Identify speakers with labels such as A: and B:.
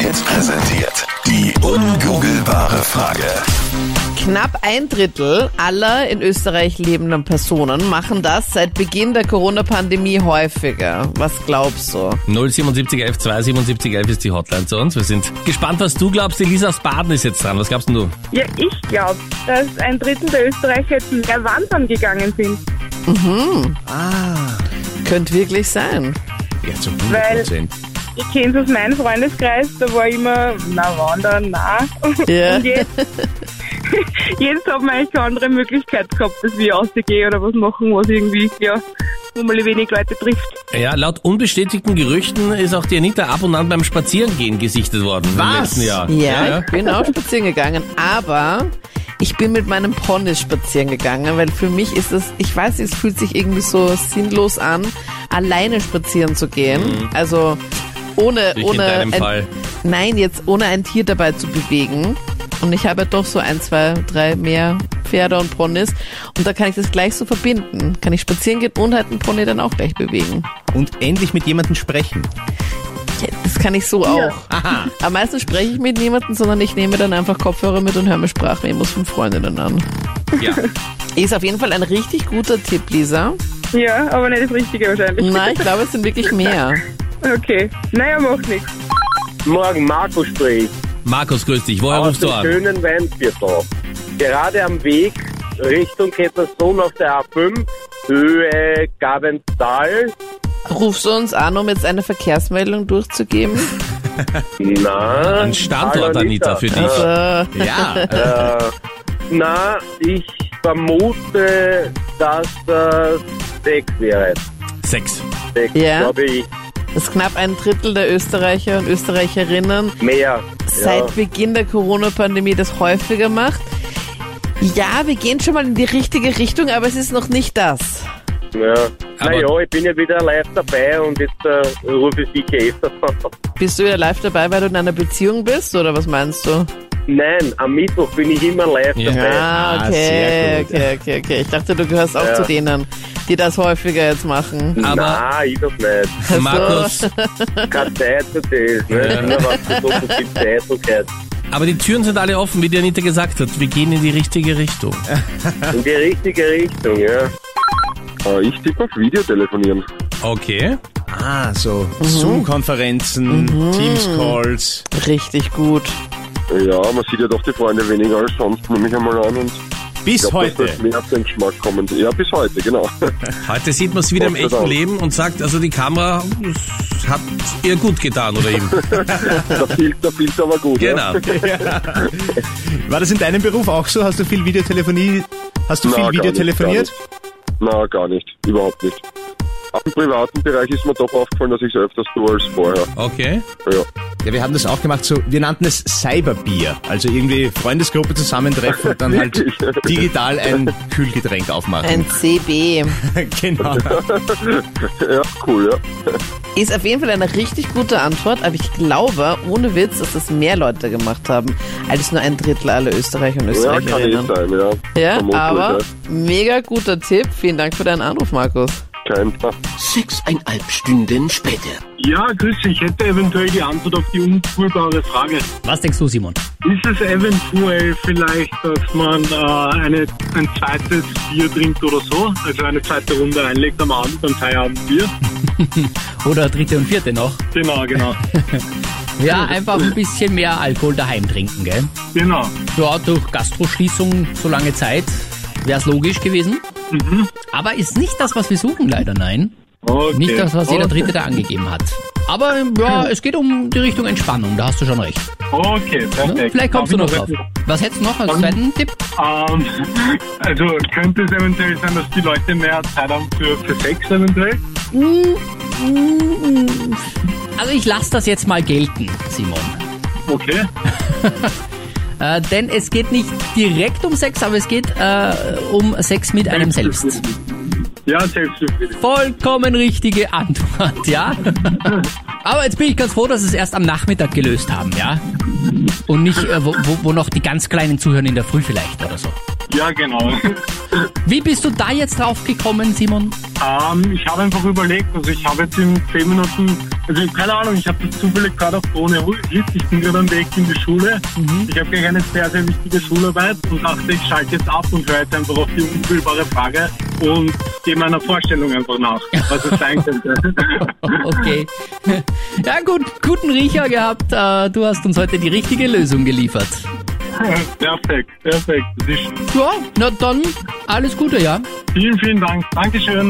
A: Hits präsentiert die ungoogelbare Frage.
B: Knapp ein Drittel aller in Österreich lebenden Personen machen das seit Beginn der Corona-Pandemie häufiger. Was glaubst du?
C: 07711 27711 ist die Hotline zu uns. Wir sind gespannt, was du glaubst. Elisa aus Baden ist jetzt dran. Was glaubst denn du?
D: Ja, ich glaube, dass ein Drittel der Österreicher jetzt mehr wandern gegangen sind.
B: Könnte wirklich sein.
C: Ja, zu
D: Weil- Ich kenne es aus meinem Freundeskreis, da war immer, na wandern, na.
B: Ja.
D: Und jetzt, jetzt hat man eigentlich keine andere Möglichkeit gehabt, dass wir rausgehen oder was machen, was irgendwie, ja, wo man wenig Leute trifft.
C: Ja, laut unbestätigten Gerüchten ist auch die Anita ab und an beim Spazierengehen gesichtet worden. Im
E: Was?
C: letzten Jahr.
B: Ja, ich bin auch spazieren gegangen, aber ich bin mit meinem Pony spazieren gegangen, weil für mich ist es, ich weiß, es fühlt sich irgendwie so sinnlos an, alleine spazieren zu gehen. Also ohne,
C: Dich Mhm. in
B: ohne
C: deinem Fall.
B: nein, jetzt ohne ein Tier dabei zu bewegen. Und ich habe ja doch so ein, zwei, drei mehr Pferde und Ponys. Und da kann ich das gleich so verbinden. Kann ich spazieren gehen und halt einen Pony dann auch gleich bewegen.
E: Und endlich mit jemandem sprechen.
B: Ja, Das kann ich so auch.
E: Aha.
B: Am meisten spreche ich mit niemandem, sondern ich nehme dann einfach Kopfhörer mit und höre mir Sprachmemos von Freundinnen an.
C: Ja.
B: Ist auf jeden Fall ein richtig guter Tipp, Lisa.
D: Ja, aber nicht das Richtige wahrscheinlich.
B: Nein, ich glaube, es sind wirklich mehr.
D: Okay, naja, macht nichts.
F: Morgen, Marco spricht.
C: Markus, grüß dich. Woher
F: aus
C: rufst du
F: dem
C: an?
F: schönen Weinviertel. Gerade am Weg Richtung Ketterslohn auf der A5, Höhe Gabenthal.
B: Rufst du uns an, um jetzt eine Verkehrsmeldung durchzugeben?
F: Na,
C: Ein Standort,
F: hallo
C: Anita, für dich.
B: Äh,
E: Ja.
F: Äh, na, ich vermute, dass das sechs wäre.
C: Sechs.
F: Sechs,
B: Ja.
F: glaube ich,
B: Das ist knapp ein Drittel der Österreicher und Österreicherinnen
F: mehr.
B: seit
F: ja.
B: Beginn der Corona-Pandemie das häufiger macht. Ja, wir gehen schon mal in die richtige Richtung, aber es ist noch nicht das.
F: Ja.
C: Aber-
F: Naja, ich bin ja wieder live dabei und jetzt äh, rufe ich dich öfter.
B: Bist du ja live dabei, weil du in einer Beziehung bist, oder was meinst du?
F: Nein, am Mittwoch bin ich immer live
C: Ja.
F: dabei.
B: Ah,
E: Ah,
B: okay,
E: sehr gut.
B: okay, okay, okay. Ich dachte, du gehörst auch
F: Ja.
B: zu denen, die das häufiger jetzt machen.
C: Aber-
F: Nein, ich doch nicht.
C: Markus,
F: keine Zeit für das. Ne? Ja. Was für so viel Zeit und Zeit.
C: aber die Türen sind alle offen, wie die Anita gesagt hat. Wir gehen in die richtige Richtung.
F: In die richtige Richtung, ja.
G: Äh, Ich tippe auf Videotelefonieren.
C: Okay.
E: Ah, so Zoom-Konferenzen, Teams-Calls.
B: Richtig gut.
G: Ja, man sieht ja doch die Freunde weniger als sonst, nehme ich einmal an. Und
E: Bis
G: ich glaub, dass
E: heute.
G: das mehr auf den Geschmack kommt. Ja, bis heute, genau.
C: Heute sieht man es wieder im
G: Gott
C: echten
G: sei Dank.
C: Leben und sagt, also die Kamera es hat ihr gut getan oder ihm.
G: Der Filter, der Filter war gut.
C: Genau.
E: War das in deinem Beruf auch so? Hast du viel Videotelefonie? Hast du
G: Na,
E: viel
G: gar
E: Videotelefoniert?
G: Ja. Na, gar nicht. Überhaupt nicht. Aber im privaten Bereich ist mir doch aufgefallen, dass ich es öfters tue als vorher.
C: Okay.
G: Ja.
E: Ja, wir haben das auch gemacht, so, wir nannten es Cyberbier. Also irgendwie Freundesgruppe zusammentreffen und dann halt digital ein Kühlgetränk aufmachen.
B: Ein CB.
E: genau.
G: ja, cool, ja.
B: Ist auf jeden Fall eine richtig gute Antwort, aber ich glaube, ohne Witz, dass das mehr Leute gemacht haben, als nur ein Drittel aller Österreicher und
G: Ja, kann eh
B: Österreicherinnen.
G: sein, ja.
B: Ja,
G: Vermutlich,
B: aber
G: ja.
B: mega guter Tipp. Vielen Dank für deinen Anruf, Markus.
G: Kein Tag.
H: Sechseinhalb Stunden später.
I: Ja, grüß dich. Ich hätte eventuell die Antwort auf die uncoolbare Frage.
J: Was denkst du, Simon?
I: Ist es eventuell vielleicht, dass man äh, eine, ein zweites Bier trinkt oder so? Also eine zweite Runde einlegt am Abend, beim Feierabendbier?
J: Oder dritte und vierte noch?
I: Genau, genau.
J: Ja, einfach ein bisschen mehr Alkohol daheim trinken, gell?
I: genau.
J: Ja, durch Gastroschließung so lange Zeit wäre es logisch gewesen.
I: Mhm.
J: Aber ist nicht das, was wir suchen, leider, nein.
I: Okay. Oh.
J: Nicht das, was jeder Dritte da angegeben hat. Aber ja, es geht um die Richtung Entspannung, da hast du schon recht.
I: Okay,
J: Ne?
I: perfekt.
J: Vielleicht kommst du
I: Hab
J: noch
I: ich
J: drauf. Was hättest du noch als
I: Dann-
J: zweiten Tipp?
I: Ähm, also könnte es eventuell sein, dass die Leute mehr Zeit haben für, für Sex eventuell?
J: Uh, Also ich lasse das jetzt mal gelten, Simon.
I: Okay.
J: Äh, denn es geht nicht direkt um Sex, aber es geht äh, um Sex mit einem selbst.
I: Ja, selbstbefriedigung.
J: Vollkommen richtige Antwort, ja. Aber jetzt bin ich ganz froh, dass sie es erst am Nachmittag gelöst haben, ja. Und nicht, äh, wo, wo, wo noch die ganz Kleinen zuhören in der Früh vielleicht oder so.
I: Ja, genau.
B: Wie bist du da jetzt drauf gekommen, Simon?
I: Ähm, ich habe einfach überlegt, also ich habe jetzt in 10 Minuten, also keine Ahnung, ich habe das zufällig gerade auf Drohne hit. Ich bin gerade am Weg in die Schule. Ich habe gleich eine sehr, sehr wichtige Schularbeit und dachte, ich schalte jetzt ab und höre jetzt einfach auf die unmittelbare Frage und gehe meiner Vorstellung einfach nach, was es sein könnte.
B: Okay. Ja gut, guten Riecher gehabt. Äh, Du hast uns heute die richtige Lösung geliefert.
I: perfekt, perfekt. Das ist,
B: Ja, na dann alles Gute, ja?
I: vielen, vielen Dank. Dankeschön.